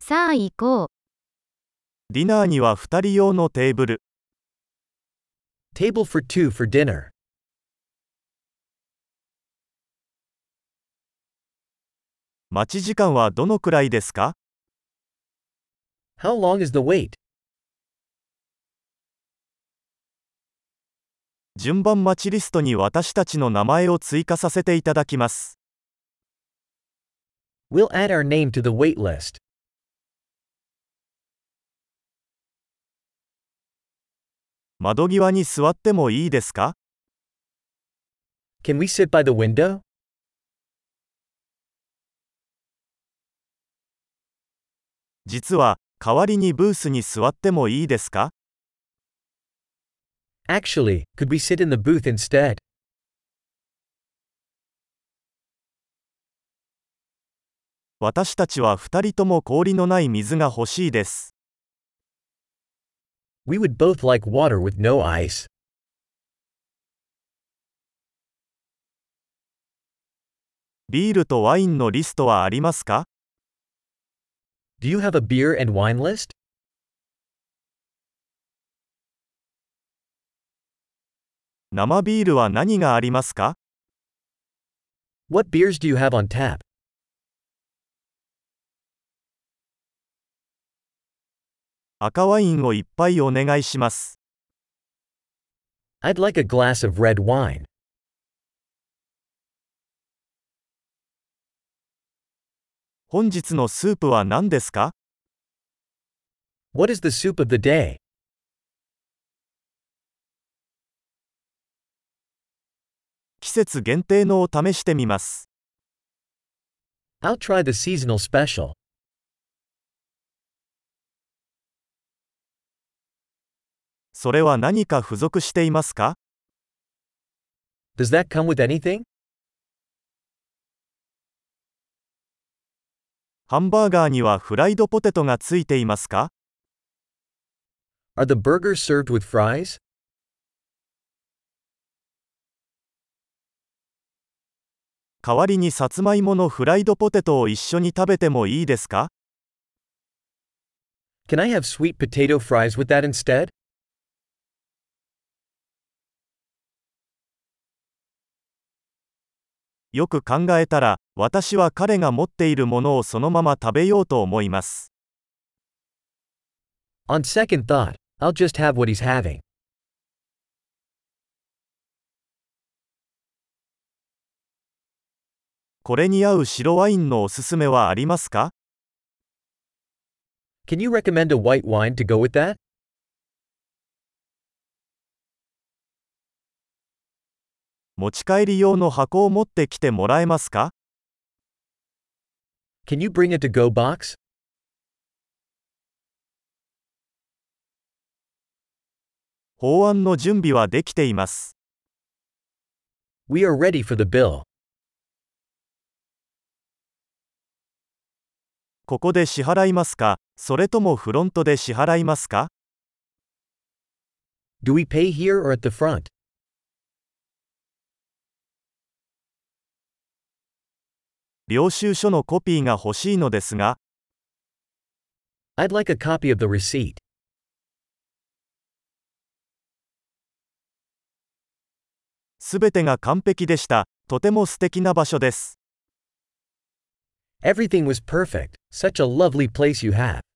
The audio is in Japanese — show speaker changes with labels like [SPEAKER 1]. [SPEAKER 1] さあ行こう。
[SPEAKER 2] ディナーには2人用のテーブル。
[SPEAKER 3] Table for two for dinner.
[SPEAKER 2] 待ち時間はどのくらいですか
[SPEAKER 3] How long is the wait?
[SPEAKER 2] 順番待ちリストに私たちの名前を追加させていただきます。
[SPEAKER 3] We'll add our name to the wait list.
[SPEAKER 2] 窓際に座ってもいいですか
[SPEAKER 3] Can we sit by the window?
[SPEAKER 2] 実は、代わりにブースに座ってもいいですか
[SPEAKER 3] Actually, could we sit in the booth instead?
[SPEAKER 2] 私たちは2人とも氷のない水が欲しいです。
[SPEAKER 3] We would both like water with no ice.
[SPEAKER 2] ビールとワインのリストはありますか
[SPEAKER 3] Do you have a beer and wine list?
[SPEAKER 2] 生ビールは何がありますか
[SPEAKER 3] What beers do you have on tap?
[SPEAKER 2] 赤ワインを1杯お願いします。
[SPEAKER 3] I'd like a glass of red wine.
[SPEAKER 2] 本日のスープは何ですか
[SPEAKER 3] What is the soup of the day?
[SPEAKER 2] 季節限定のを試してみます。
[SPEAKER 3] I'll try the seasonal special.
[SPEAKER 2] それは何か付属していますか
[SPEAKER 3] Does that come with anything?
[SPEAKER 2] ハンバーガーにはフライドポテトがついていますか
[SPEAKER 3] Are the burgers served with fries?
[SPEAKER 2] 代わりにさつまいものフライドポテトを一緒に食べてもいいですか
[SPEAKER 3] Can I have sweet potato fries with that instead?
[SPEAKER 2] よく考えたら、私は彼が持っているものをそのまま食べようと思います。
[SPEAKER 3] On second thought, I'll just have what he's having.
[SPEAKER 2] これに合う白ワインのおすすめはありますか
[SPEAKER 3] Can you recommend a white wine to go with that?
[SPEAKER 2] 持ち帰り用の箱を持ってきてもらえますか
[SPEAKER 3] Can you bring a to go box?
[SPEAKER 2] 法案の準備はできています。
[SPEAKER 3] We are ready for the bill.
[SPEAKER 2] ここで支払いますかそれともフロントで支払いますか
[SPEAKER 3] Do we pay here or at the front?
[SPEAKER 2] 領収書のコピーが欲しいのですが、
[SPEAKER 3] I'd like a copy of the receipt.
[SPEAKER 2] すべてが完璧でした。とても素敵な場所です。
[SPEAKER 3] Everything was perfect. Such a lovely place you have.